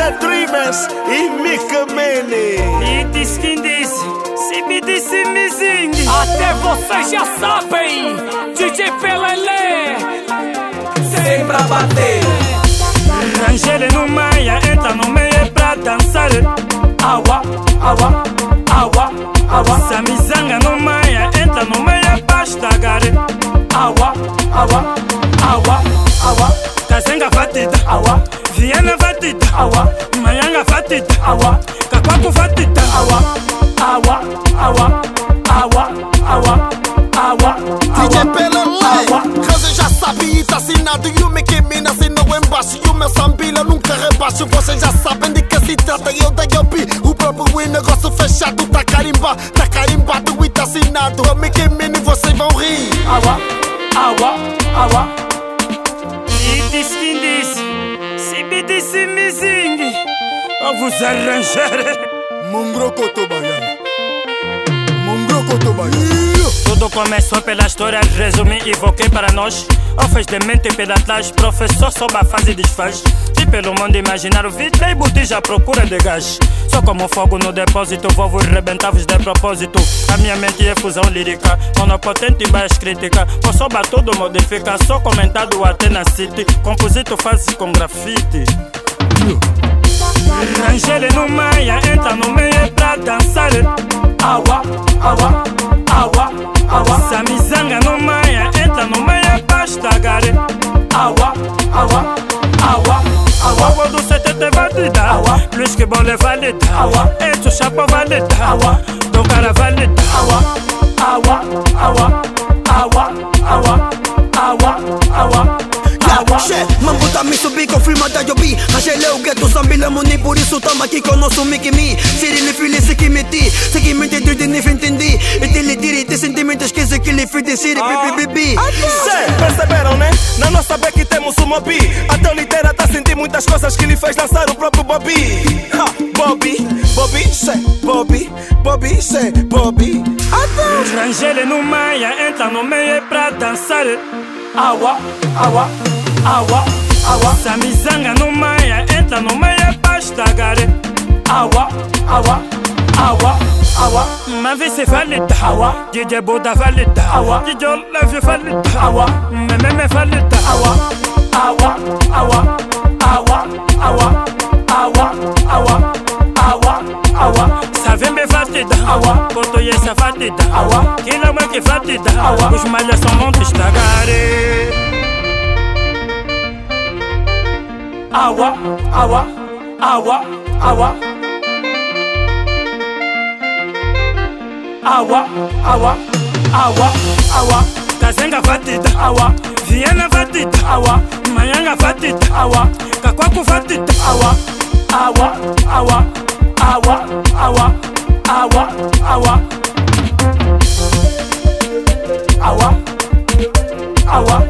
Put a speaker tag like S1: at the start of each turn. S1: é dreamers imikemene
S2: E desquindece, se me disse mizingue.
S3: Até vocês já sabem, DJ Pelelê Sem pra bater
S2: Rangele no Maia, entra no meio pra dançar.
S3: Awa, awa, awa, awa
S2: Samizanga no Maia, entra no meio pra estragar.
S3: Awa, awa, awa, awa,
S2: Kazenga fatita,
S3: awa,
S2: Viana fatita,
S3: awa,
S2: Mayanga fatita,
S3: awa
S2: Kakwaku fatita,
S3: Awa, awa, awa, awa, awa, awa,
S4: DJ
S3: awa Awa.
S4: Pelele Kaze já sabe Itacinado E o Mickey Minas e não embaixo E o meu sambila nunca rebaixo Vocês já sabem de que se trata Eu da Yopi O próprio e negócio fechado Tá carimba, tá carimbado E tá assinado É o Mickey Mini Vocês vão rir
S3: awa, awa, awa,
S2: E desquindece, se me disse mizingue. Vamos arranjar.
S1: mongroko to bayana mongroko to bayana
S2: Tudo começou pela história, resumi e voltei para nós. Ofas de mente pela atrás, professor sob a fase desfaz. E pelo mundo imaginário, vida e botija à procura de gás. Só como fogo no depósito, vovos rebentavos de propósito. A minha mente é fusão lírica, monopotente e mais crítica. Por soba tudo modifica, só comentado até na city. Composito fazes com grafite. Rangele no Maia, entra no meio pra dançar.
S3: awa, awa, awa, awa,
S2: Samizanga no Maia, entra no meio pra estragar.
S3: awa, awa, awa, awa.
S2: Awa do CTT valida
S3: Awa.
S2: Plus que bon le valida
S3: Awa.
S2: Et tout chapeau valida
S3: Awa.
S2: Ton cara valida
S3: awa, awa, awa, awa, awa, awa, awa, awa.
S5: She, mambo tá me subir, confirma da Yobi Rachel é o gueto, Sambila Muni Por isso tamo aqui com o nosso Mickey Me Cirilo Filho, se que meti Se que meti, tu nem entendi E te lhe tira, e te sentimento Esquece que ele fez dizer, bibi, bibi
S1: Cê, perceberam, né? Na nossa beck temos o Mobi Até o Litera tá sentindo muitas coisas que lhe fez lançar o próprio Bobby Ha, Bobby, Bobby, cê, Bobby, Bobby, cê, Bobby Até
S2: Rangele no Maia Entra no meio pra dançar
S3: Awa, awa, awa, awa,
S2: Samizanga no Maia Entra no meio pra estragar
S3: awa, awa, awa, awa,
S2: Ma vie c'est valida
S3: Awa.
S2: DJ Buda valida
S3: Awa.
S2: DJ Olavio valida
S3: awa,
S2: Mememe valida
S3: awa, awa, awa, awa, awa, awa, awa, awa, awa.
S2: Savembe valida
S3: Awa.
S2: Portoyesa valida
S3: Awa.
S2: Kila mwake valida
S3: Awa.
S2: Os malhas são montes estragar
S3: awa awa awa awa awa awa awa awa
S2: Kazenga fatita
S3: awa
S2: Viena fatita
S3: awa
S2: Mayanga fatita
S3: awa
S2: Kakwaku fatita
S3: awa awa awa awa awa awa awa awa awa